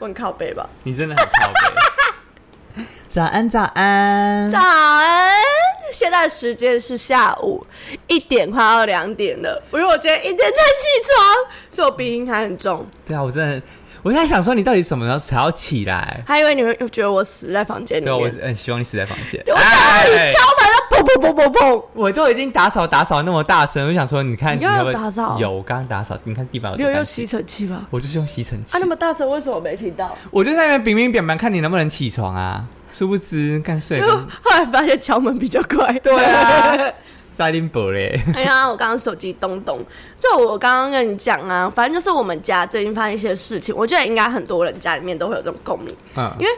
问靠背吧。你真的很靠北。早安，早安，早安，现在时间是下午一点，快要两点了。因为我今天一点才起床，所以我鼻音还很重，对啊，我真的很，我现在想说你到底什么时候才要起来？还以为你们觉得我死在房间里对啊，我哎面。很希望你死在房间。我想到你敲门了，砰砰砰 砰砰。我都已经打扫打扫那么大声，我就想说，你看你又有会不会打扫有，我刚刚打扫，你看地板有你多有用干吸净。尘器吗？我就是用吸尘器啊，那，么大声，为什么我没听到？我就在那边冰冰表表看你能不能起床啊。殊不知，干睡就后来发现敲门比较快。对啊塞林伯嘞， 哎呀，我刚刚手机咚咚，就我刚刚跟你讲啊，反正就是我们家最近发生一些事情，我觉得应该很多人家里面都会有这种共鸣，嗯因，为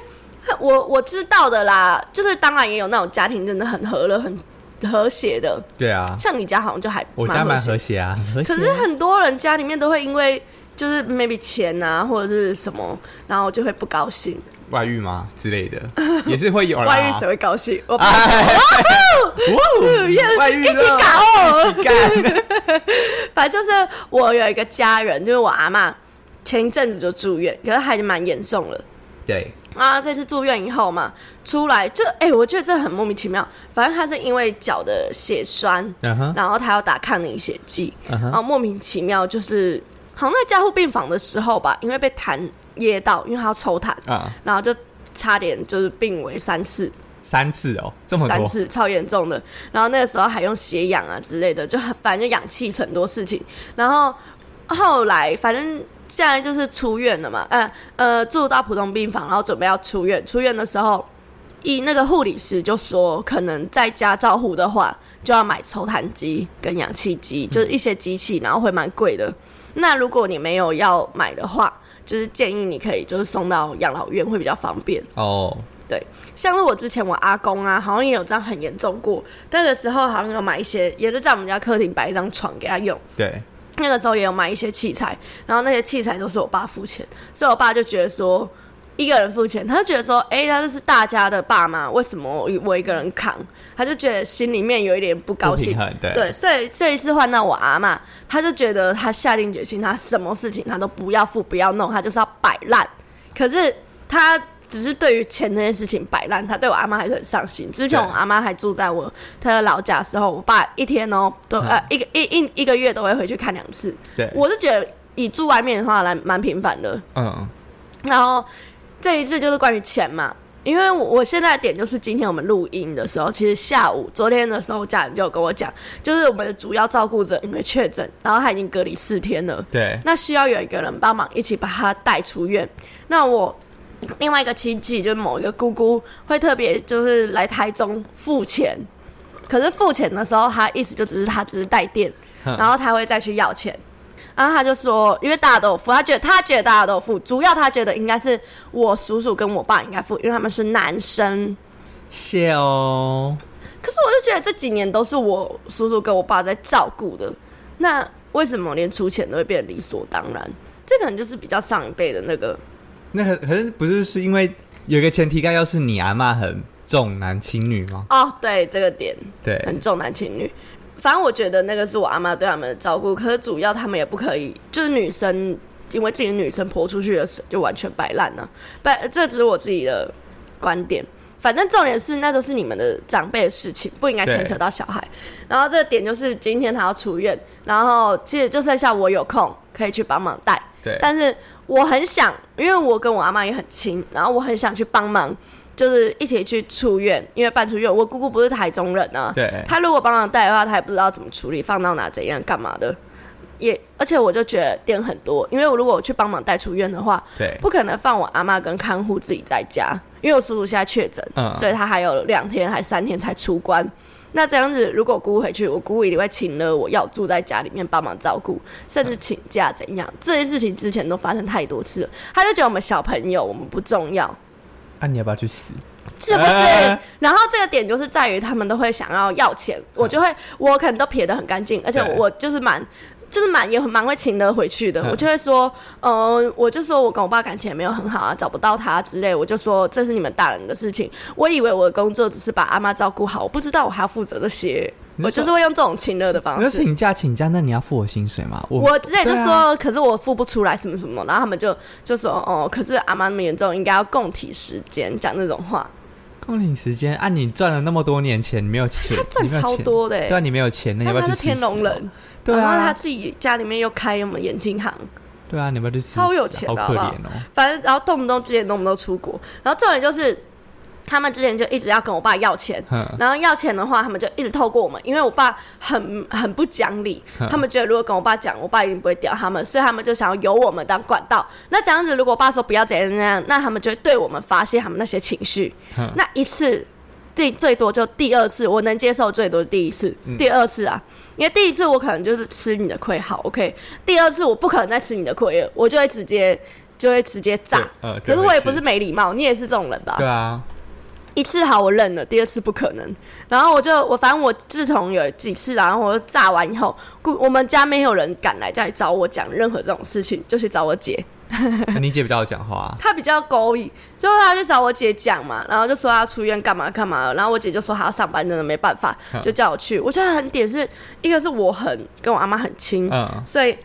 我我知道的啦，就是当然也有那种家庭真的很和乐、很 和谐的，对啊，像你家好像就还我家蛮和谐，谐啊，很和谐可。是很多人家里面都会因为就是 maybe 钱啊或者是什么，然后就会不高兴，外遇吗之类的，也是会有啦。外遇谁会高兴？我哎耶哦，外遇一起了搞哦一起干。反正就是我有一个家人，就是我阿妈，前一阵子就住院，可是还是蛮严重了。对，啊，这次住院以后嘛，出来就哎、我觉得这很莫名其妙。反正他是因为脚的血栓，嗯哼，然后他要打抗凝血剂，嗯然哼，后莫名其妙就是好像在加护病房的时候吧，因为被痰噎到，因为他要抽痰，啊，然后就差点就是病危三次，三次哦，这么三多，次，超严重的。然后那个时候还用血氧啊之类的，就很反正就氧气很多事情。然后后来反正现在就是出院了嘛，呃呃，住到普通病房，然后准备要出院。出院的时候，以那个护理师就说，可能在家照护的话，就要买抽痰机跟氧气机，就是一些机器，然后会蛮贵的。那如果你没有要买的话，就是建议你可以就是送到养老院会比较方便。哦，对，像是我之前我阿公啊，好像也有这样很严重过。那个时候好像有买一些，也是在我们家客厅摆一张床给他用。对，那个时候也有买一些器材，然后那些器材都是我爸付钱，所以我爸就觉得说，一个人付钱，他就觉得说，哎、他这是大家的爸妈，为什么我我一个人扛？他就觉得心里面有一点不高不兴平。衡，对，对，所以这一次换到我阿妈，她就觉得她下定决心，她什么事情她都不要付，不要弄，她就是要摆烂。可是她只是对于钱这件事情摆烂，她对我阿妈还是很上心。之前对我阿妈还住在我她的老家的时候，我爸一天哦、都、呃嗯一个一一一个月都会回去看两次。对，我是觉得以住外面的话，来蛮频繁的。嗯，然后这一次就是关于钱嘛，因为我我现在的点就是今天我们录音的时候，其实下午昨天的时候，家人就有跟我讲，就是我们的主要照顾者因为确诊，然后他已经隔离四天了，对，那需要有一个人帮忙一起把他带出院。那我另外一个亲戚，就是某一个姑姑，会特别就是来台中付钱，可是付钱的时候，他意思就只是他只是带电，哼然后他会再去要钱。然后他就说，因为大家都有付，他觉得他觉得大家都有付，主要他觉得应该是我叔叔跟我爸应该付，因为他们是男生。谢哦，可是我就觉得这几年都是我叔叔跟我爸在照顾的，那为什么连出钱都会变得理所当然？这可能就是比较上一辈的那个，那可可是不是是因为有一个前提概要是你阿嬷很重男轻女吗？哦，对这个点对，很重男轻女。反正我觉得那个是我阿妈对他们的照顾，可是主要他们也不可以，就是女生因为自己的女生泼出去的水就完全摆烂了。不，这只是我自己的观点。反正重点是，那都是你们的长辈的事情，不应该牵扯到小孩。然后这个点就是今天他要出院，然后其实就剩下我有空可以去帮忙带。对，但是我很想，因为我跟我阿妈也很亲，然后我很想去帮忙，就是一起去出院，因为办出院，我姑姑不是台中人啊，对，她如果帮忙带的话，她也不知道怎么处理，放到哪怎样干嘛的，也而且我就觉得点很多，因为我如果我去帮忙带出院的话，对，不可能放我阿妈跟看护自己在家，因为我叔叔现在确诊，嗯所以他还有两天还三天才出关。那这样子，如果姑姑回去，我姑姑一定会请了我要住在家里面帮忙照顾，甚至请假怎样？这些事情之前都发生太多次了，他就觉得我们小朋友我们不重要，那你要不要去死？是不是？哎嗯然后这个点就是在于他们都会想要要钱，我就会我可能都撇得很干净，而且对我就是蛮。就是蛮也很蛮会请得回去的，嗯我就会说，呃，我就说我跟我爸感情也没有很好啊，找不到他之类，我就说这是你们大人的事情。我以为我的工作只是把阿妈照顾好，我不知道我还要负责这些。我就是会用这种亲热的方你说式。请假请假，那你要付我薪水吗？我我之前就对说，啊可是我付不出来什么什么，然后他们就就说，哦，可是阿妈那么严重，应该要共体时间，讲那种话，工龄时间啊，你赚了那么多年钱，你没有钱，他赚你没有超钱多的欸对啊，你没有钱，那你他要不要他去是吃天屎龙人，对然后他啊，自己家里面又开什么眼镜行，对啊，你要不要去吃屎啊？超有啊钱的好可好怜不哦。反正然后动不动之前动不动出国，然后重点就是他们之前就一直要跟我爸要钱，哦 哼，然后要钱的话，他们就一直透过我们，因为我爸很很不讲理，嗯他们觉得如果跟我爸讲，我爸一定不会屌他们，所以他们就想要由我们当管道。那这样子，如果我爸说不要怎样怎样，那他们就会对我们发泄他们那些情绪。哼那一次，第最多就第二次，我能接受最多第一次，第二次啊，因为第一次我可能就是吃你的亏，好，OK，第二次我不可能再吃你的亏了，我就会直接就会直接炸对。呃可对是我也回去不是没礼貌，你也是这种人吧？对啊，一次好我认了，第二次不可能。然后我就我反正我自从有几次，然后我炸完以后，故我们家没有人敢来再找我讲任何这种事情，就去找我姐，那你姐比较好讲话啊，她比较勾引，就她去找我姐讲嘛，然后就说她出院干嘛干嘛了，然后我姐就说她要上班，真的没办法，就叫我去。我觉得很点是一个是我很跟我阿妈很亲，嗯，所以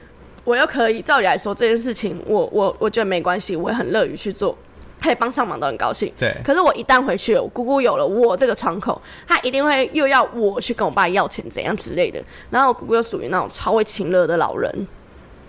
我又可以，照理来说这件事情我我我觉得没关系，我也很乐于去做，可以帮上忙都很高兴。对，可是我一旦回去，我姑姑有了我这个窗口，她一定会又要我去跟我爸要钱怎样之类的。然后我姑姑又属于那种超会亲热的老人，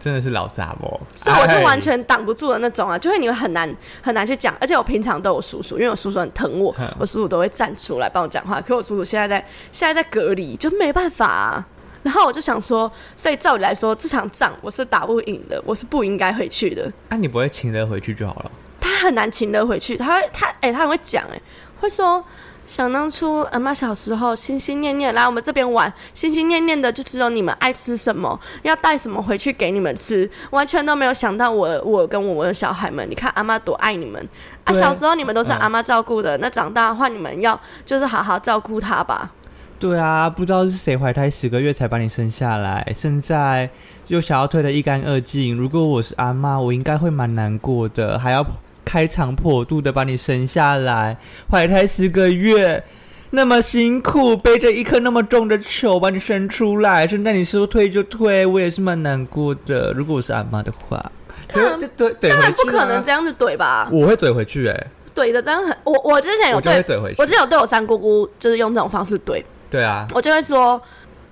真的是老杂毛，所以我就哎完全挡不住的那种啊，就会你会很难很难去讲。而且我平常都有叔叔，因为我叔叔很疼我嗯，我叔叔都会站出来帮我讲话。可我叔叔现在在现在在隔离，就没办法、啊。然后我就想说，所以照理来说，这场仗我是打不赢的，我是不应该回去的。啊，你不会请人回去就好了。他很难请得回去，他会他哎、他很会讲哎、会说想当初阿妈小时候心心念念来我们这边玩，心心念念的就只有你们爱吃什么，要带什么回去给你们吃，完全都没有想到我我跟我的小孩们，你看阿妈多爱你们啊！对小时候你们都是嗯阿妈照顾的，那长大的话你们要就是好好照顾她吧。对啊，不知道是谁怀胎十个月才把你生下来，现在又想要推得一干二净。如果我是阿妈，我应该会蛮难过的，还要开肠破肚的把你生下来，怀胎十个月。那么辛苦，背着一颗那么重的球把你生出来，现在你说退就退，我也是蛮难过的。如果我是阿妈的 话，就当然就怼怼嗯当然回不去、啊，可能这样子怼吧，我会怼回去、欸，怼的真的很。我我之前有我就会对，怼回去我。之前有对我三姑姑就是用这种方式怼，对啊，我就会说，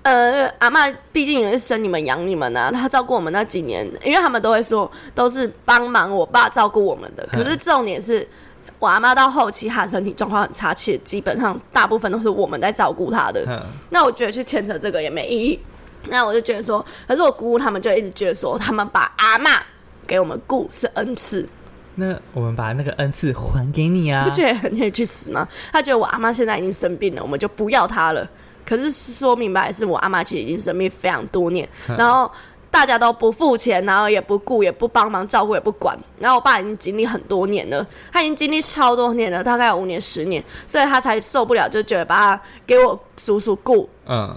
呃，阿嬷毕竟也是生你们养你们啊，她照顾我们那几年，因为他们都会说都是帮忙我爸照顾我们的。可嗯是重点是，我阿妈到后期她身体状况很差，且基本上大部分都是我们在照顾她的。嗯，那我觉得去牵扯这个也没意义。那我就觉得说，可是我姑姑他们就一直觉得说，他们把阿嬷给我们顾是恩赐，那我们把那个恩赐还给你啊。不觉得 很可以去死吗？他觉得我阿妈现在已经生病了，我们就不要她了。可是说明白的是我阿妈其实已经生病非常多年，然后大家都不付钱，然后也不顾，也不帮忙照顾，也不管。然后我爸已经经历很多年了，他已经经历超多年了，大概有五年、十年，所以他才受不了，就觉得把他给我叔叔顾，嗯，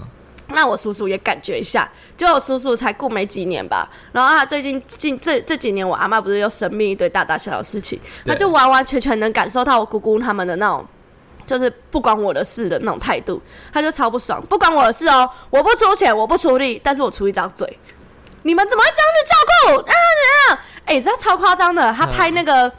那我叔叔也感觉一下，就我叔叔才过没几年吧，然后他最近近这这几年，我阿妈不是又生病一堆大大小小的事情，对他就完完全全能感受到我姑姑他们的那种，就是不管我的事的那种态度，他就超不爽，不管我的事哦，我不出钱，我不出力，但是我出一张嘴，你们怎么会这样子照顾？啊怎样？哎、你知道超夸张的，他拍那个。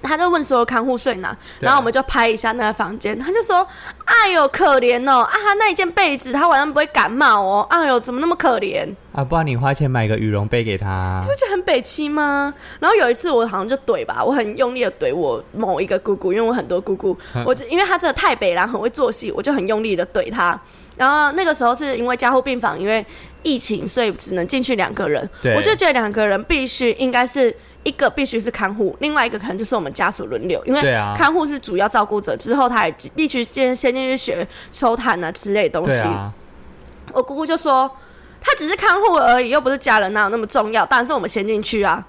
他就问所有看护睡哪，对然后我们就拍一下那个房间，他就说：“哎呦，可怜哦！啊，他那一件被子，他晚上不会感冒哦。哎呦，怎么那么可怜？啊，不然你花钱买个羽绒被给他不，觉得很北七吗？然后有一次我好像就怼吧，我很用力的怼我某一个姑姑，因为我很多姑姑，嗯我就因为她真的太北然很会做戏，我就很用力的怼她。然后那个时候是因为加护病房，因为疫情，所以只能进去两个人。对我就觉得两个人必须应该是一个必须是看护，另外一个可能就是我们家属轮流，因为对啊看护是主要照顾者，之后他也必须先先进去学抽痰啊之类的东对西。啊，我姑姑就说，他只是看护而已，又不是家人，哪有那么重要？当然是我们先进去啊。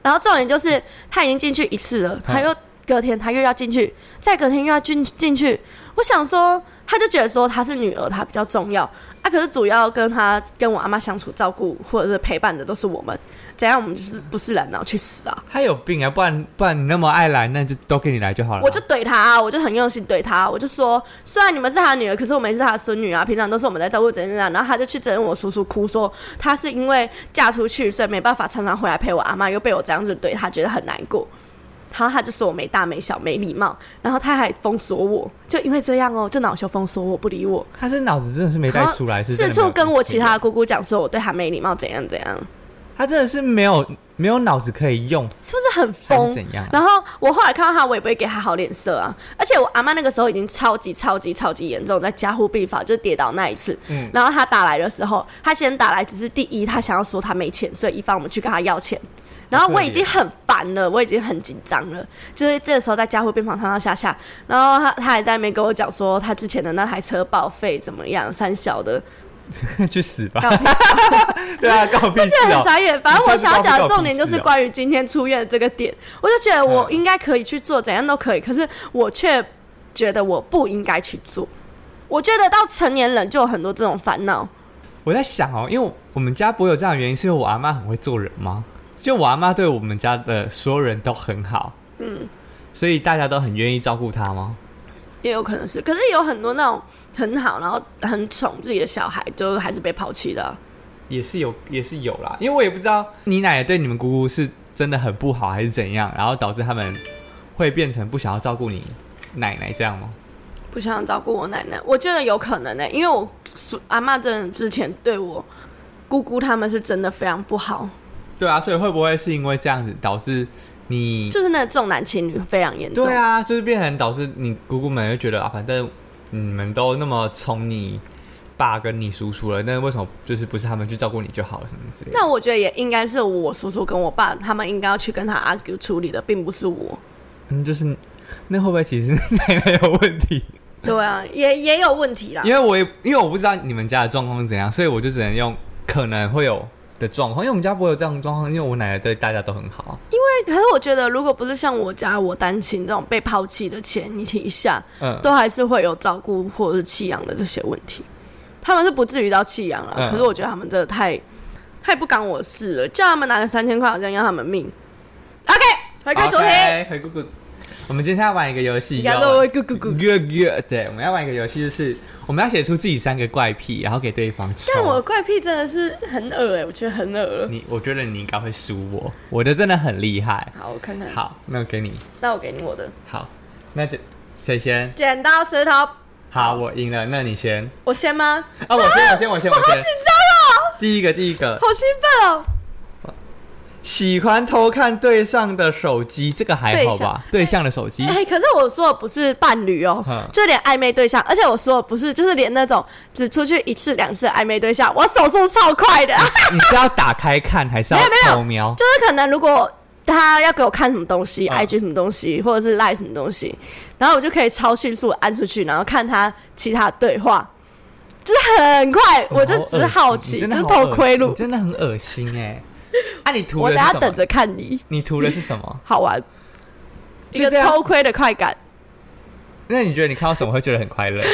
然后重点就是他已经进去一次了，他又隔天他又要进去，再隔天又要进进去。我想说，他就觉得说她是女儿，她比较重要啊。可是主要跟她跟我阿妈相处、照顾或者是陪伴的都是我们，怎样我们就是不是人啊，去死啊！他有病啊！不然不然你那么爱来，那就都给你来就好了。我就怼她、我就很用心怼她，我就说，虽然你们是她的女儿，可是我们也是她的孙女啊，平常都是我们在照顾怎样怎样。然后她就去整我叔叔哭说，她是因为嫁出去，所以没办法常常回来陪我阿妈，又被我这样子怼，她觉得很难过。然后她就说我没大没小没礼貌，然后她还封锁我，就因为这样哦，就恼羞封锁我不理我，他是脑子真的是没带然后出来，是真四的没处有跟我其他的姑姑讲说我对她没礼貌怎样怎样，他真的是没有没有脑子可以用，是不是很还疯是？怎样啊、然后我后来看到他，我也不会给他好脸色啊。而且我阿妈那个时候已经超级超级超级严重，在加护病房就是跌倒那一次。嗯然后他打来的时候，他先打来只是第一，他想要说他没钱，所以一方我们去跟他要钱。然后我已经很烦了，我已经很紧张了，就是这时候在加护病房上上下下，然后他他还在那边跟我讲说他之前的那台车报废怎么样，三小的， 去死吧！告屁 对啊，告屁事这很哦！傻眼。反正我想要讲的重点就你是是不是告诉我关屁事哦于今天出院的这个点，我就觉得我嗯应该可以去做，怎样都可以，可是我却觉得我不应该去做。我觉得到成年人就有很多这种烦恼，我在想哦，因为我们家不会有这样的原因，是因为我阿妈很会做人吗？就我阿妈对我们家的所有人都很好，嗯，所以大家都很愿意照顾她吗？也有可能是，可是有很多那种很好，然后很宠自己的小孩，就还是被抛弃的啊、也是有，也是有啦，因为我也不知道你奶奶对你们姑姑是真的很不好，还是怎样，然后导致他们会变成不想要照顾你奶奶这样吗？不想照顾我奶奶，我觉得有可能呢、欸因为我叔阿妈真的之前对我姑姑他们是真的非常不好，对啊，所以会不会是因为这样子导致你？就是那个重男轻女非常严重。嗯对啊，就是变成导致你姑姑们就觉得啊，反正你们都那么宠你爸跟你叔叔了，那为什么就是不是他们去照顾你就好了什么之类的？那我觉得也应该是我叔叔跟我爸他们应该要去跟他 argue 处理的，并不是我。嗯，就是那会不会其实奶奶有问题？对啊，也也有问题啦。因为我也因为我不知道你们家的状况是怎样，所以我就只能用可能会有的状况，因为我们家不会有这样的状况，因为我奶奶对大家都很好啊。可是我觉得，如果不是像我家我单亲这种被抛弃的前提下，嗯，都还是会有照顾或者是弃养的这些问题。他们是不至于到弃养了，嗯可是我觉得他们真的太太不干我的事了，叫他们拿个三千块好像要他们命。OK，回归主题， OK，回顾我们今天要玩一个游戏，你看要都会咕咕咕。乐乐，对，我们要玩一个游戏，就是我们要写出自己三个怪癖，然后给对方抽。但我怪癖真的是很恶哎、我觉得很恶。你，我觉得你应该会输我，我的真的很厉害。好，我看看，好，那我给你。那我给你我的。好，那就谁先？剪刀石头，好，我赢了，那你先。我先吗？啊，我先，我先，我先，我好 先紧。张哦，第一个，第一个，好兴奋哦！喜欢偷看对上的手机，这个还好吧？对象的手机哎、，可是我说的不是伴侣哦嗯，就连暧昧对象，而且我说的不是，就是连那种只出去一次两次的暧昧对象，我手速超快的，你是要打开看还是要没有没有偷瞄？就是可能如果他要给我看什么东西、嗯 i g 什么东西，或者是 Line 什么东西，然后我就可以超迅速按出去，然后看他其他的对话，就是很快，我就只是好奇，哦你就真的是好恶偷窥你录，真的很恶心 哎。啊，你图我的等是下什等么？着看你，你图的是什么？好玩，一就个这样偷窥的快感。那你觉得你看到什么会觉得很快乐？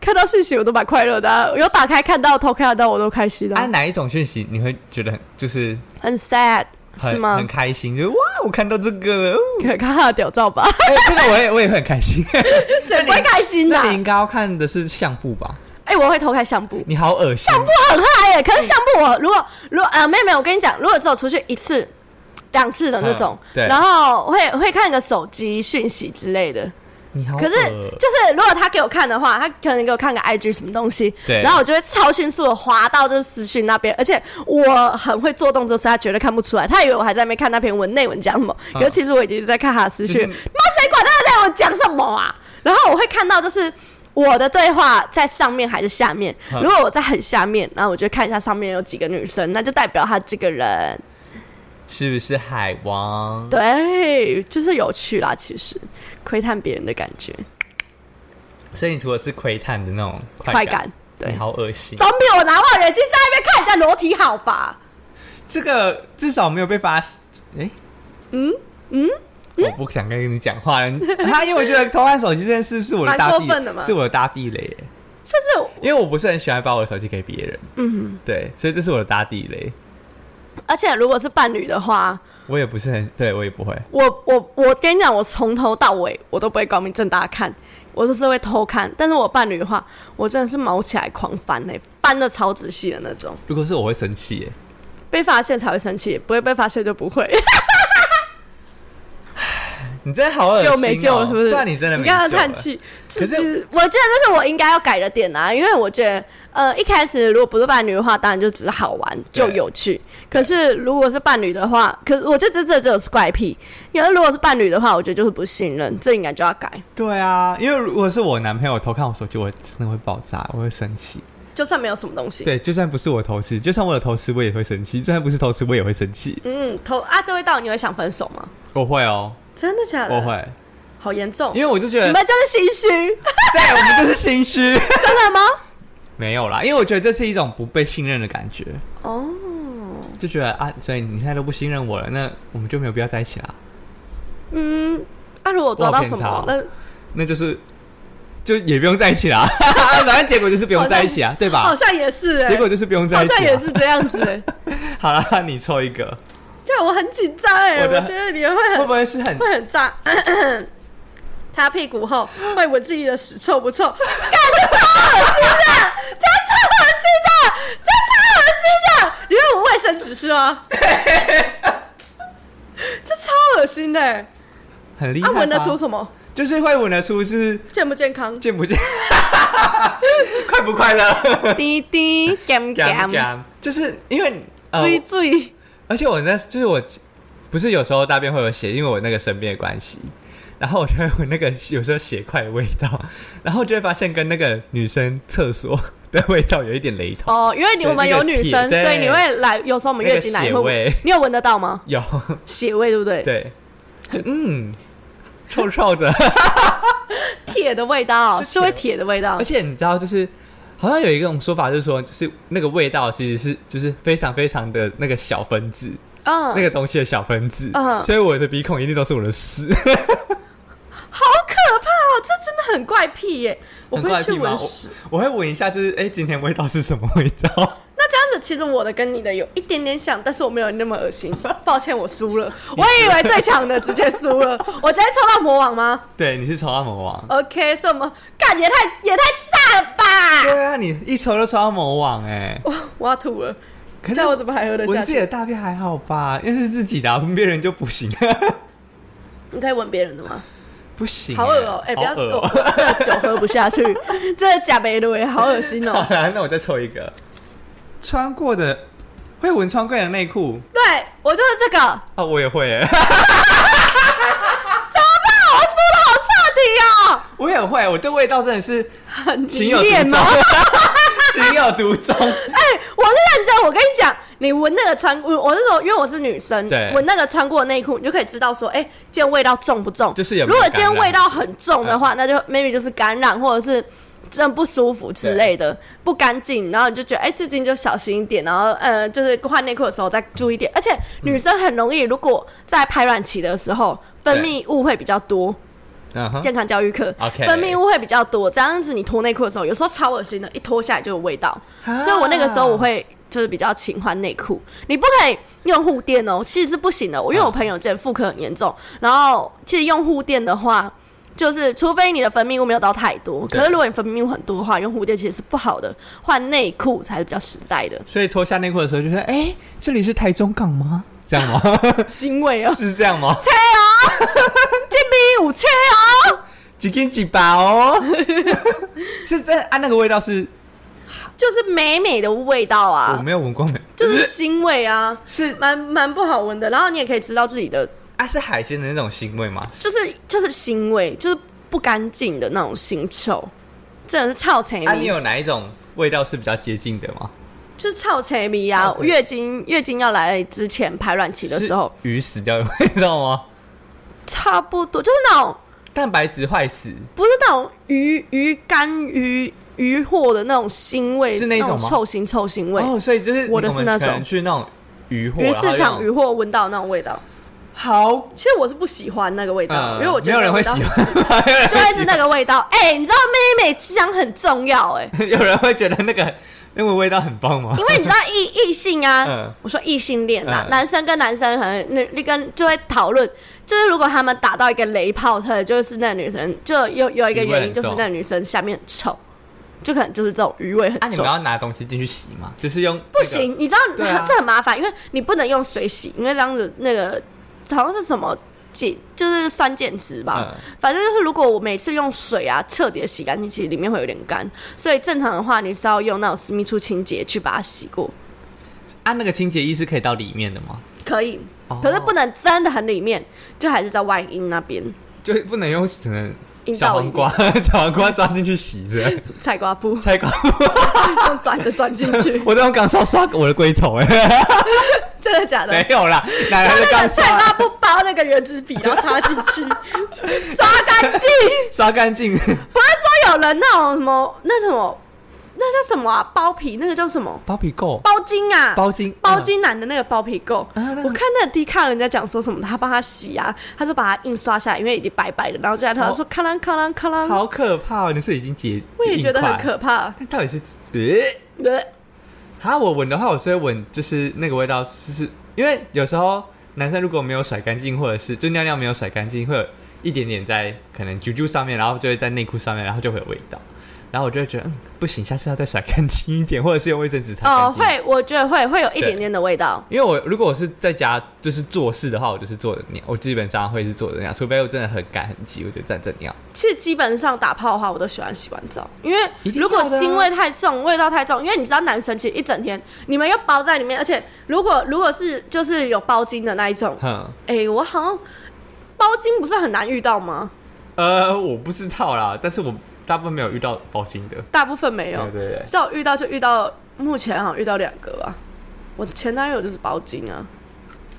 看到讯息我都蛮快乐的啊、有打开看到、偷看到我都开心的啊、啊，哪一种讯息你会觉得很就是很 sad 很是吗很？开心，就是哇，我看到这 个了，哦可以看他的屌照吧，哎、这个我也我也会很开心。 谁不会开心啊的、那你应该要看的是相簿吧？哎、我会偷看相簿，你好恶心，相簿很嗨耶、可是相簿我如果如果呃，没有没有，我跟你讲，如果只有出去一次、两次的那种，嗯对然后会会看个手机讯息之类的。你好恶。可是就是如果他给我看的话，他可能给我看个 IG 什么东西，对然后我就会超迅速的滑到就是私讯那边，而且我很会做动作，所以他绝对看不出来，他以为我还在那边看那篇文内文讲什么，嗯可是其实我已经在看他的私讯，就是妈谁管他的内文讲什么啊？然后我会看到就是。我的对话在上面还是下面？嗯如果我在很下面，然后我就看一下上面有几个女生，那就代表他这个人是不是海王？对，就是有趣啦。其实窥探别人的感觉，所以你图的是窥探的那种快快感，对你，好恶心。总比我拿望远镜在那边看人家裸体好吧？这个至少没有被发现，哎、嗯嗯，我不想跟你讲话了，他因为我觉得偷看手机这件事是我的大蛮过分的嘛地，是我的大地雷耶，这是因为我不是很喜欢把我的手机给别人，嗯，对，所以这是我的大地雷，而且如果是伴侣的话，我也不是很，对我也不会，我我我跟你讲，我从头到尾我都不会光明正大看，我就是会偷看。但是我伴侣的话，我真的是毛起来狂翻嘞、翻的超仔细的那种。如果是我会生气耶，被发现才会生气，不会被发现就不会，你真的好恶心、哦，就没救了，是不是？对啊，你真的没你刚刚救了叹气，就可是是我觉得这是我应该要改的点啊，因为我觉得，呃，一开始如果不是伴侣的话，当然就只是好玩就有趣。可是如果是伴侣的话，可是我觉得这这这就是怪癖。因为如果是伴侣的话，我觉得就是不信任，这应该就要改。对啊，因为如果是我男朋友偷看我手机，我真的会爆炸，我会生气。就算没有什么东西，对，就算不是我偷吃，就算我有偷吃，我也会生气；就算不是偷吃，我也会生气。嗯，头啊，这味道你会想分手吗？我会哦，真的假的？我，会，好严重。因为我就觉你得们，就是心虚， 对我 们就是心虚。真的吗？没有啦，因为我觉得这是一种不被信任的感觉，哦，就觉得啊，所以你现在都不信任我了，那我们就没有必要在一起啦。嗯，啊，如果我抓到什么我好，那偏那就是，就也不用在一起啦。 反正结果就是不用在一起啊，对吧好？像也是、欸，结果就是不用在好一起、啊。像也是这样子、 欸。好啦，你抽一 个，对，我很紧张哎，我我的觉得你会会很不会是很会很炸。 擦屁股后会闻自己的屎臭 不臭？感觉超恶心的，这超恶心的，这超恶心的！你用卫生纸是吗？这超恶心的、欸，很厉害啊，吧？闻得出什么？就是会闻得出是健不健康？健不健， 快不快乐？滴 滴 gam 讲 gam，讲，就是因为呃，追追，而且我那就是我不是有时候大便会有血，因为我那个生病的关系，然后我就会闻那个有时候血块的味道， 然后就会发现跟那个女生厕所的味道有一点雷同。哦，因为你对我们那个有女铁生，对所以你会来，有时候我们那月个经来血会闻味，你有闻得到吗？ 有血味对不对？对，就嗯，臭臭 的，铁的味道是是会铁的味道而，且你知道就是。好像有一种说法，就是说，就是那个味道其实是就是非常非常的那个小分子，嗯，那个东西的小分子，嗯所以我的鼻孔一定都是我的屎。好可怕哦，这真的很怪癖耶！我很不会怪去癖吗闻我屎。我会闻一下，就是哎、今天味道是什么味道？ 那这样子，其实我的跟你的有一点点像，但是我没有那么恶 心。抱歉，我输了。我以为最强的直接输 了，我直接抽到魔王吗对，你是抽到魔王。 ？OK，什么？干也太也太炸了吧！对啊，你一抽就抽到魔王哎、我我要吐了，可是哦那我怎么还喝得下闻自己去？的大便还好吧？因为是自己的啊、闻别人就不行， 你可以闻别人的吗？不行、好恶哦、哎、哎、不要，好恶我哦、我这酒喝不下 去，这假梅味好恶心哦、好啦，那我再抽一个。穿过的会闻穿过的内裤对我就是这个，啊，我也会哎、 怎么办？我输的好彻底哦、我也会，我对味道真的是很情有独脸钟吗？， 情有独 钟。哎、我是认真，我跟你讲，你闻那个穿，我我是说，因为我是女生对，闻那个穿过的内裤，你就可以知道说，哎、今天味道重不重？就是有没如有果今天感染啊嗯味道很重的话，那就 maybe 就是感染或者是。真的不舒服之类的，不干净，然后你就觉得，哎、最近就小心一点，然后，呃，就是换内裤的时候再注意一点。而且女生很容易，如果在排卵期的时候分泌物会比较多，嗯哼，健康教育课 OK 分泌物会比较多，这样子你脱内裤的时候，有时候超恶心的，一脱下来就有味道。啊所以我那个时候我会就是比较勤换内裤，你不可以用护垫哦，其实是不啊行的。我因为我朋友之前妇科很严重，然后其实用护垫的话。就是，除非你的分泌物没有到太多，对可是如果你分泌物很多的话，用护垫其实是不好的，换内裤才是比较实在的所以脱下内裤的时候就说：“哎、这里是台中港吗？”这 样吗？行为哦。是这样吗？切哦， 这边有切哦，几斤几把哦？ 是这啊，那个味道是就是美美的味道啊。我没有闻过没？就是腥味啊，是蛮蛮不好闻的。然后你也可以知道自己的，啊，是海鲜的那种腥味吗？就是就是腥味，就是不干净的那种腥臭，真的是臭臭啊，你味，有哪一种味道是比较接近的吗？就是臭臭味啊臭！臭味月经月经要来之前排卵期的时候，是鱼死掉的味道吗？差不多就是那种蛋白质坏死不是那种鱼鱼干鱼鱼货的那种腥味，是那种吗臭腥臭腥味。哦，所以就是我的你是那们种可能去那种鱼货鱼市然后场那鱼种货闻到的那种味道，好呃其实我是不喜欢那个味道，因为我觉嗯得没有人会喜欢，没有人那个味道，就会会喜是那个味道。哎、你知道妹妹香很重要哎、欢 有人会觉得那个那个味道很棒吗因？为你知道异异性啊，嗯我说异性恋啊，嗯男生跟男生可能那那跟就会讨论，就是如果他们打到一个雷炮，特就是那女生就有有一个余味原因，很就是重那女生下面很臭，就可能就是这种余味啊，很你重。们要拿东西进去洗吗？就是用不行，你知道、对啊这很麻烦，因为你不能用水洗，因为这样子那个好像是什么碱，就是酸碱值吧。嗯反正就是，如果我每次用水啊彻底的洗干净，其实里面会有点干，所以正常的话，你是要用那种私密处清洁去把它洗过。啊，那个清洁液是可以到里面的吗？可以哦，可是不能真的很里面，就还是在外阴那边，就不能用可能阴小道里黄面瓜， 小黄瓜抓进去洗着，菜瓜 布才搞。，用转的转进去 我都用钢刷刷我的龟头哎、 真的假的？没有啦，哪来用的那钢个菜刷？瓜布包那个圆珠 笔，然后插进去，刷干净。刷干净， 不是说有人那种什么那什么那叫什么啊？包皮那个叫什么？包皮垢，包巾啊？包巾，包嗯，巾男的那个包皮垢，啊那个我看那个 D 看人家讲说什么，他帮他洗啊，他说把它印刷下来，因为已经白白的，然后这样他好说咔啷咔啷咔啷，好可怕哦！你是已经解，我也觉得很怕。可怕。那到底是，呃、对。啊，我闻的话，我是会闻，就是那个味道，就是因为有时候男生如果没有甩干净，或者是就尿尿没有甩干净，会有一点点在可能啾啾上面，然后就会在内裤上面，然后就会有味道，然后我就会觉得，嗯，不行，下次要再甩干净一点，或者是用卫生纸擦哦，干净。会，我觉得会会有一对点点的味道。因为我如果我是在家就是做事的话，我就是坐着尿，我基本上会是坐着尿，除非我真的很赶很急，我就站着尿。其实基本上打炮的话，我都喜欢洗完澡，因为一定如果要的啊腥味太重，味道太重，因为你知道男生其实一整天你们又包在里面，而且如果如果是就是有包巾的那一种，哼，哎、我好像包巾不是很难遇到吗？呃，我不知道啦，但是我大部分没有遇到包巾的。大部分没对有，对对，只有遇到就遇到，目前好像遇到两个吧。我前男友就是包巾啊，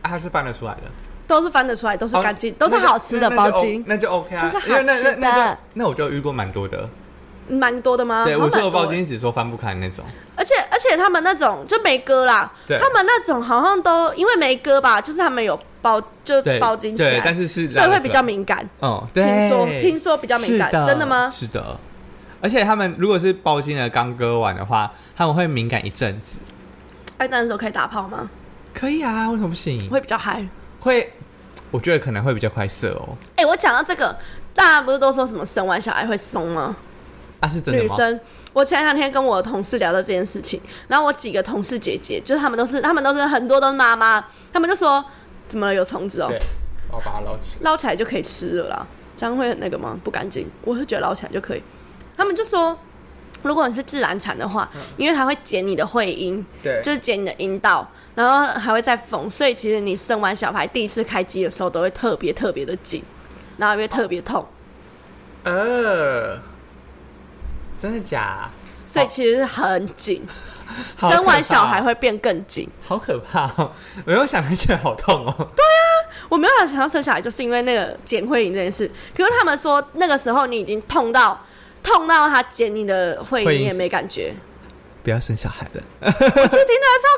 啊，它是翻得出来的。都是翻得出来，都是哦干净，都是那就好吃的那那包就 O- 巾，那就 OK 啊都是，因为那好那吃那的就那我就遇过蛮多的，蛮多的吗？对，好我像是有蛮多包的巾纸说翻不开那种，而且而且他们那种就没割啦，对他们那种好像都因为没割吧，就是他们有包就对包巾起来，对，但是是所以会比较，敏感。嗯，对，听说听说比较敏感是的真的吗是的，而且他们如果是包巾的刚割完的话，他们会敏感一阵子，哎，那时候可以打炮吗？可以啊，为什么不行？会比较嗨。会，我觉得可能会比较快射哦，哎、我讲到这个，大家不是都说什么生完小孩会松吗？啊，是真的女吗？生，我前两天跟我的同事聊到这件事情，然后我几个同事姐姐，就是她们都是她们都是很多都是妈妈，她们就说怎么了有虫子哦、对，我把它捞起来。捞起来就可以吃了啦，这样会很那个吗？不干净，我是觉得捞起来就可以。他们就说，如果你是自然产的话，因为它会剪你的会阴，嗯对就是剪你的阴道，然后还会再缝，所以其实你生完小孩第一次开机的时候都会特别特别的紧，然后也会特别哦痛，呃，真的假？所以其实是很紧，好生完可怕小孩会变更紧。好可怕哦！我又想起来好痛哦。我没有想要生小孩，就是因为那个剪会阴这件事。可是他们说那个时候你已经痛到痛到他剪你的会会阴，阴你也没感觉。不要生小孩就了。听起来超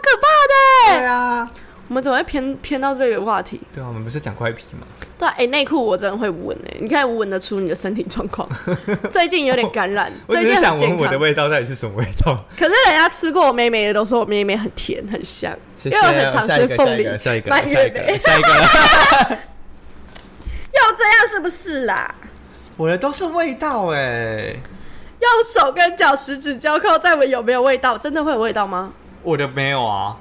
可怕的 欸。啊，我们怎么会偏偏到这个话题？对啊，我们不是讲怪癖吗？对、啊，哎、内裤我真的会闻哎、你看闻得出你的身体状 况。最近有点感染，我最只近是很想健闻康。我的味道到底是什么味道。可是人家吃过我妹妹的都说我妹妹很甜很香，谢 因谢为我很常下一吃个凤梨下一、个，蔓下越一个，莓。下一个，下一个。 要这样是不是啦？我的都是味道哎，用手跟脚十指交扣，再闻有没有味道？真的会有味道吗？我的没有啊，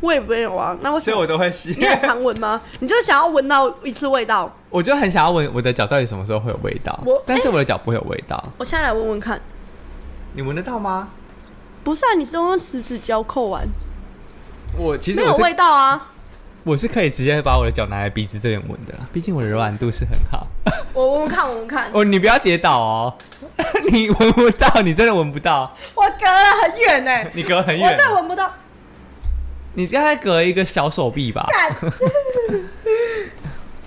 我也没有啊。那为什所以我么？都会吸 你。很常闻吗？你就想要闻到一次味道？ 我就很想要闻我的脚到底什么时候会有味道我，欸但是我的脚不会有味道。我现在来闻闻看。你闻得到吗？不是啊，你是用十指交扣完，我其实没有我味是道啊。我是可以直接把我的脚拿来鼻子这边 闻的，毕竟我的柔软度是很好。我闻闻看，我闻看，哦，你不要跌倒哦， 你闻不到，你真的闻不到，我隔了很远呢、你隔很我远。再闻不到。你大概隔一个小手臂吧。干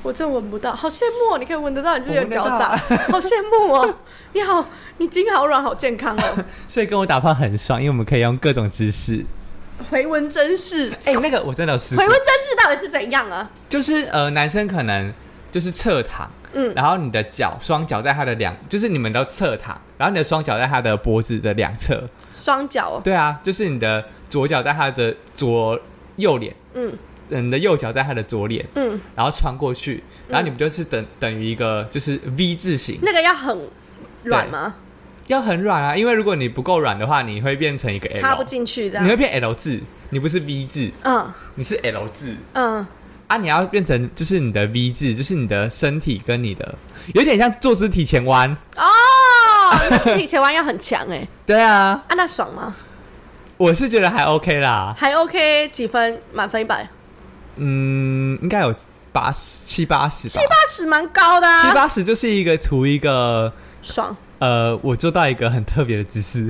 我真闻不到，好羡慕哦！你可以闻得到你自己的脚掌，我闻得到 好羡慕哦！你好，你筋好软，好健康哦。 所以跟我打炮很爽，因为我们可以用各种姿势。回文真是，哎、那个我真的有试过回，文真是到底是怎样啊？就是呃，男生可能就是侧躺，嗯然后你的脚双脚在他的两，就是你们都侧躺，然后你的双脚在他的脖子的两侧，双脚哦，对啊，就是你的左脚在他的左右脸，嗯呃你的右脚在他的左脸，嗯，然后穿过去，然后你们就是等、等于一个就是 V 字形，那个要很软吗？要很软啊，因为如果你不够软的话，你会变成一个 L，插不进去这你会样。变 L 字，你不是 V 字，嗯你是 L 字嗯，啊，你要变成就是你的 V 字，就是你的身体跟你的有点像坐姿体前弯，哦，那自己前弯要很强哎，对啊，啊，那爽吗？我是觉得还 OK 啦，还 OK，几分？满分一百，嗯，应该有八十七八十吧，七八十蛮高的啊，七八十就是一个图一个爽。呃，我做到一个很特别的姿势，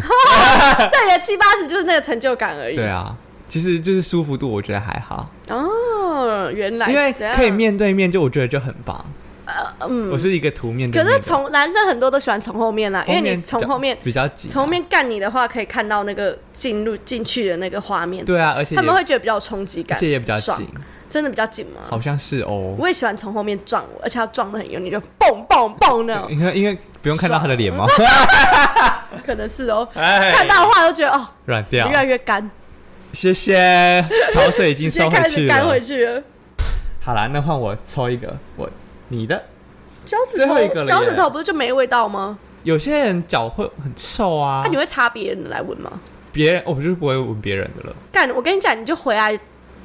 这里的七八十就是那个成就感而已。对啊，其实就是舒服度我觉得还好，哦，原来因为是这样可以面对面，就我觉得就很棒，嗯我是一个图面对可面的是从男生很多都喜欢从后面啦，因为后你面比从较后面比较紧啊，从后面干你的话，可以看到那个进入进去的那个画面，对啊，而且他们也会觉得比较有冲击感，而且也比较爽紧，真的比较紧吗？好像是哦。我也喜欢从后面撞我，而且要撞的很用力，就蹦蹦蹦那种，因为因为不用看到他的脸吗？可能是哦。哎 看到的话都觉得哦，软这越来样，越干，谢谢。潮水已经直接收开回始去干回了。去了。好啦，那换我抽一个，我你的。脚趾最后一个头，了脚趾耶头不是就没味道吗？有些人脚会很臭啊那，你会擦别人的来闻吗？别人我就是不会闻别人的了，干，我跟你讲，你就回来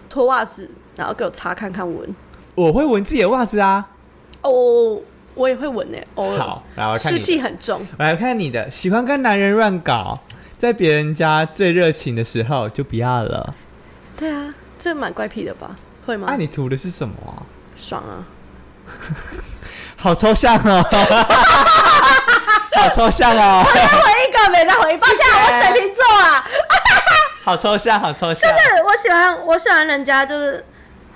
脱袜子，然后给我擦看看闻。我会闻自己的袜子啊。哦，我也会闻呢、偶尔好，来我看湿你的，哦气很重，我来看你的，喜欢跟男人乱搞，在别人家最热情的时候就不要了。对啊，这蛮怪癖的吧？会吗？啊，你涂的是什么啊？爽啊！好抽象哦， 好抽象哦，再回一个，没再回一半。现在我水瓶座啊，好抽象，好抽象。对，我喜欢，我喜欢人家就是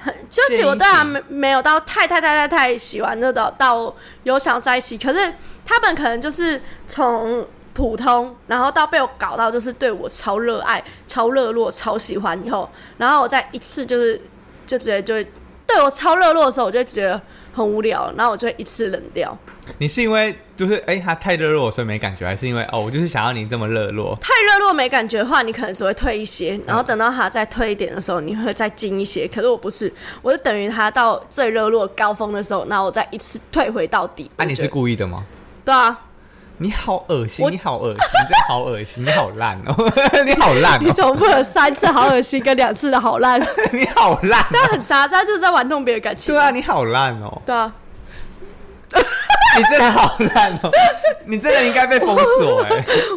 很，就其实我对他没没有到太太太太太喜欢那到到有想在一起，可是他们可能就是从。普通，然后到被我搞到，就是对我超热爱、超热络、超喜欢以后，然后我再一次就是就直接就会对我超热络的时候，我就会觉得很无聊，然后我就会一次冷掉。你是因为就是哎、他太热络，所以没感觉，还是因为哦，我就是想要你这么热络？啊太热络没感觉的话，你可能只会退一些，然后等到它再退一点的时候，你会再进一些。可是我不是，我就等于它到最热络高峰的时候，然后我再一次退回到底。啊，我你觉是得故意的吗？对啊？你好恶心我，你好恶心，你真的好恶心，你好烂哦，你好烂你哦，怎么不能三次好恶心跟两次的好烂？ 这你好烂、样哦，很渣，这样就是在玩弄别人感情。对啊，， 你好烂哦，对啊，你真的好烂哦，你真的应该被封锁哎、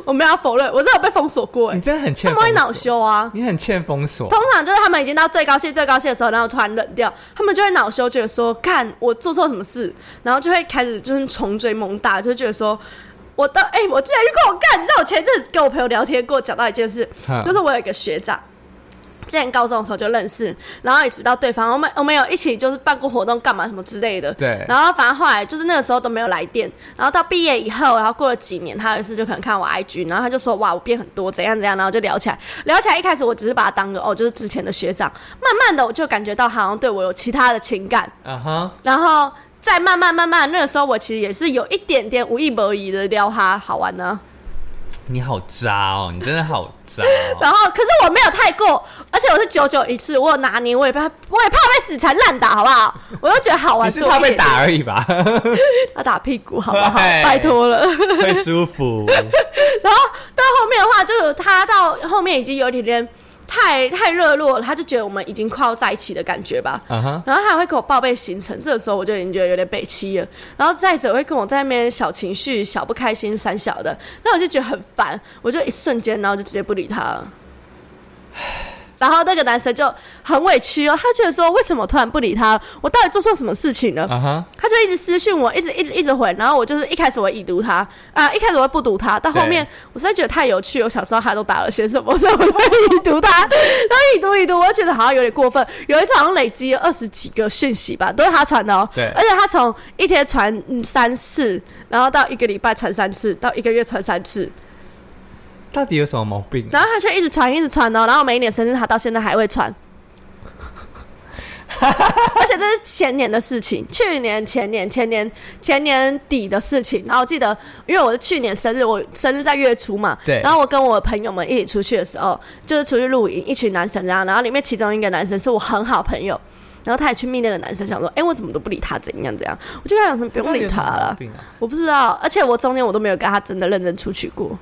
我没有要否认，我真的有被封锁过、你欸，真的很欠他封们会恼锁，羞啊。你很欠封锁通，常就是他们已经到最高兴、最高兴的时候，然后突然冷掉，他们就会恼羞，觉得说：“看我做错什么事？”然后就会开始就是穷追猛打，就觉得说：“我的哎、我之前遇过我干，你知道我前一阵子跟我朋友聊天过，讲到一件事嗯，就是我有一个学长。”之前高中的时候就认识，然后也知道对方，我们我们有一起就是办过活动干嘛什么之类的。对然后反正后来就是那个时候都没有来电，然后到毕业以后，然后过了几年，他有一次就可能看我 IG，然后他就说哇我变很多怎样怎样，然后就聊起来，聊起来一开始我只是把他当个哦就是之前的学长，慢慢的我就感觉到好像对我有其他的情感，嗯哼，然后再慢慢慢慢那个时候我其实也是有一点点无意无意的撩他好玩呢、你好渣哦，你真的好渣、 哦，然后可是我没有太过，而且我是九九一次，我有拿捏，我也怕，我也怕被死缠烂打，好不好？我就觉得好玩，你是怕被打所哎以而已吧， 我一 点，要打屁股，好不好？对拜托了。 会舒服，然后到后面的话，就是他到后面已经有点点太太热络了，他就觉得我们已经快要在一起的感觉吧。嗯哼。然后他还会给我报备行程，这个时候我就已经觉得有点北七了。然后再者会跟我在那边小情绪、小不开心、三小的，那我就觉得很烦，我就一瞬间，然后就直接不理他了。 然后那个男生就很委屈哦，他觉得说为什么突然不理他？我到底做错什么事情了？啊哈，他就一直私讯我，一直一直一直回，然后我就是一开始我会已读他啊、一开始我会不读他，到后面对我实在觉得太有趣，我想知道他都打了些什么，所以我就会已读他， 然后已读已读，我就觉得好像有点过分。有一次好像累积了二十几个讯息吧，都是他传的哦，对而且他从一天传嗯三次，然后到一个礼拜传三次，到一个月传三次，到底有什么毛病啊、然后他却一直传，一直传哦，然后每一年生日他到现在还会 传，而且这是前年的事情，去年、前年、前年、前年底的事情。然后我记得，因为我是去年生日，我生日在月初嘛，对然后我跟我朋友们一起出去的时候，就是出去露营，一群男生这样，然后里面其中一个男生是我很好朋友。然后他也去密那个男生，想说：“哎、我怎么都不理他，怎样怎样？”我就跟他讲说：“不到用底理有什他么毛 了。病啊”我不知道，而且我中间我都没有跟他真的认真出去过，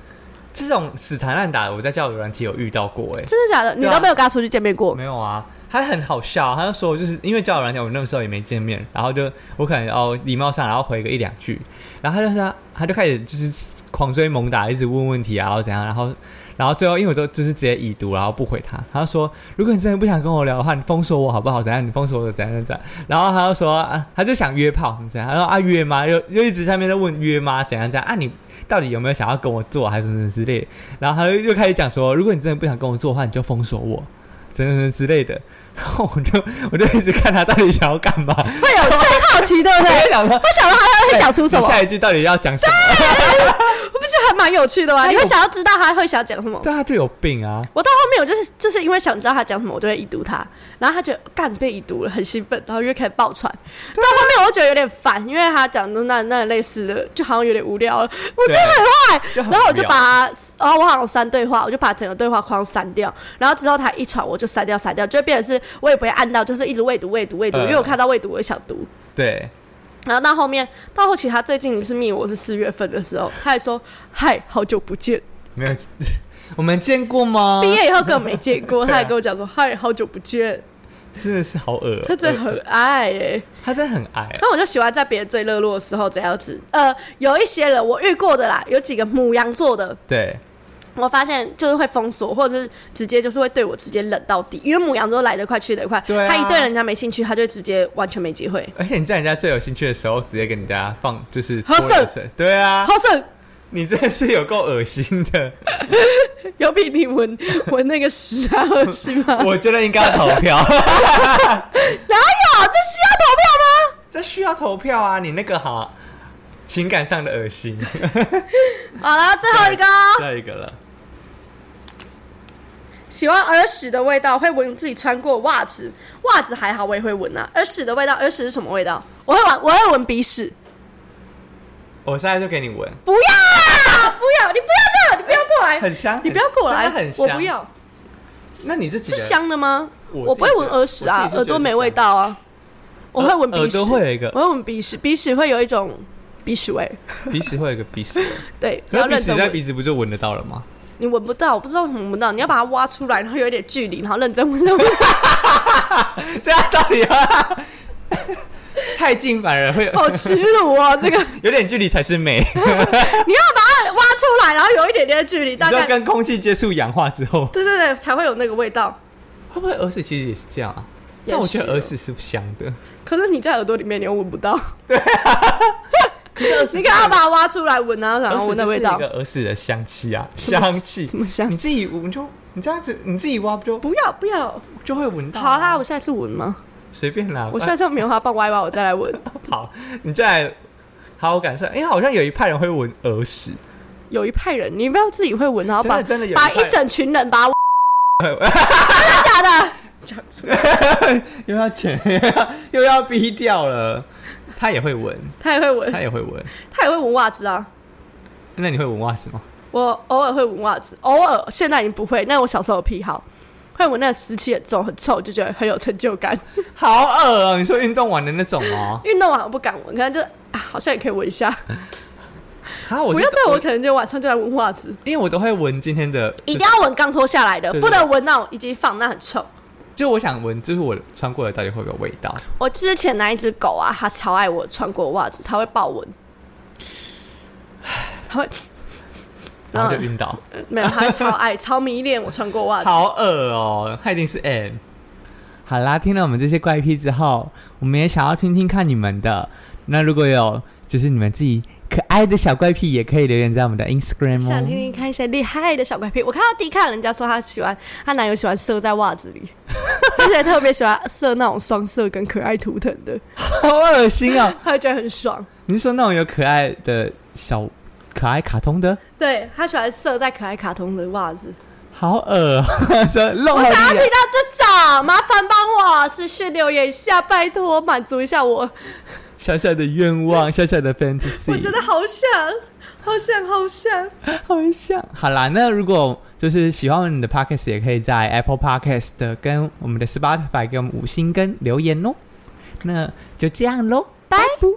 这种死缠烂打的，我在交友软体有遇到过哎、真的假的？你对啊都没有跟他出去见面过？没有啊，他很好笑，他就说就是因为交友软件，我那时候也没见面，然后就我可能哦礼貌上，然后回个一两句，然后他就他他就开始就是狂追猛打，一直问问题啊，然后怎样，然后然后最后因为我都就是直接已读，然后不回他，他就说如果你真的不想跟我聊的话，你封锁我好不好？怎样你封锁我怎样怎样，然后他就说啊，他就想约炮，怎样，然后啊约吗？又又一直下面在问约吗？怎样怎样啊你到底有没有想要跟我做还是什么之类的，然后他就又开始讲说，如果你真的不想跟我做的话，你就封锁我。等等之类的，然后我就我就一直看他到底想要干嘛，我会有最好奇，对不 对？就想说不想到他会讲出什么你，下一句到底要讲什么？我不觉得还蛮有趣的吗？哎你呦会想要知道他会想讲什么？对，他就有病啊！我到后面我就是就是因为想知道他讲什么，我就会已读他，然后他觉得干被已读了，很兴奋，然后又开始爆传。到啊后面我就觉得有点烦，因为他讲的那那类似的，就好像有点无聊了。我真的很就很然后我就无聊把，然后我好像删对话，我就把整个对话框删掉。然后之后他一传，我就删掉删掉，就变成是我也不会按到，就是一直未读未读未读，嗯因为我看到未读我就想读。对，然后到后面，到后期他最近一次密我是四月份的时候，他还说：“嗨，好久不见。没有，我们见过吗？毕业以后根本没见过，对他啊还跟我讲说：“嗨，好久不见。真的是好恶”，他真的很爱耶、他真的很矮，啊那我就喜欢在别人最热络的时候这样子。呃，有一些人我遇过的啦，有几个母羊座的，对，我发现就是会封锁，或者是直接就是会对我直接冷到底，因为母羊座来得快去得快，对啊他一对人家没兴趣，他就直接完全没机会。而且你在人家最有兴趣的时候，直接跟人家放就是喝多人水声对啊，好胜你真的是有够恶心的，有比你闻闻那个屎 还恶心吗？我觉得应该要投票， 哪有？啊这需要投票吗？这需要投票啊！你那个好情感上的恶心，好了，最后一个哦， 下一个了。喜欢耳屎的味道，会闻自己穿过袜子，袜子还好，我也会闻啊。耳屎的味道，耳屎是什么味道？我会闻，我会闻鼻屎。我现在就给你闻，不要啊！不要，你不要这样，你不要过来，很香，你不要过来真的很，我香。不。要。那你这几是个香的吗？我我不会闻耳屎啊自己觉得我自己是觉，得呃耳朵没味道啊。我会闻鼻耳屎，朵会有一个我会闻鼻屎，鼻屎会有一种鼻屎味。鼻屎会有一个鼻屎味，对， 你要可是鼻认屎真在鼻闻，子不就闻得到了吗？你闻不到，我不知道为什么闻不到，你要把它挖出来，然后有一点距离，然后认真闻， 认真闻这样道理啊， 太近反而会有好耻辱哦！这个你有点距离才是美，要把它挖出来，然后有一点点的距离，你 大说概跟空气接触氧化之后，对对对，才会有那个味道。会不会耳屎其实也是这样啊？也但我觉得是哦耳屎是香的，可是你在耳朵里面，你又闻不 到，你你可能要把它挖出来闻啊，然耳后屎闻的就是味一道 个。耳屎的香气啊，么香气什么香你自己闻就你这样子，你自己挖不就不要不要，就会闻到啊？好啦，我下次闻吗？随便啦，我下次用棉花棒挖一挖，我再来 闻。好，你再来好好感受，因为好像有一派人会闻耳屎，有一派人，你不要自己会闻，然后把真的真的有一把派一整群人 把我，真的假的？又要剪， 又要逼掉了。呃他也会闻，他也会闻他，也会闻。他也会闻袜子啊。那你会闻袜子吗？我偶尔会闻袜子，偶尔现在已经不会。那我小时候的癖好，会闻那个湿气很重、很臭，就觉得很有成就感。好恶哦、你说运动完的那种 哦、运动完我不敢闻，可能就啊，好像也可以闻一下。啊， 我不是要这，我可能就晚上就来闻袜子。因为我都会闻今天的，一定要闻刚脱下来的，对对不能闻那种已经放那很臭。就我想闻，就是我穿过的到底会不会有味道？我之前那一只狗啊，它超爱我穿过袜子，它会抱闻，它会。然后就晕倒，没有，他超爱，超迷恋我穿过袜子。好恶哦、他一定是 M。好啦，听了我们这些怪癖之后，我们也想要听听看你们的。那如果有就是你们自己可爱的小怪癖，也可以留言在我们的 Instagram 想听哦。听看一些厉害的小怪癖。我看到 D 看人家说她喜欢，她男友喜欢射在袜子 里，而且特别喜欢射那种双色跟可爱图腾的，好恶心哦、她会觉得很爽。你是说那种有可爱的小可爱卡通的？对他喜欢射在可爱卡通的袜子。好恶，哦 说弄我好想要你听到这种，麻烦帮我私信留言一下，拜托满足一下我，小小的愿望，小小的 fantasy，我真的好想，好想，好想。好像好啦，那如果就是喜欢我们的 podcast，也可以在 Apple Podcast 的跟我们的 Spotify 给我们五星跟留言哦。那就这样喽，拜拜。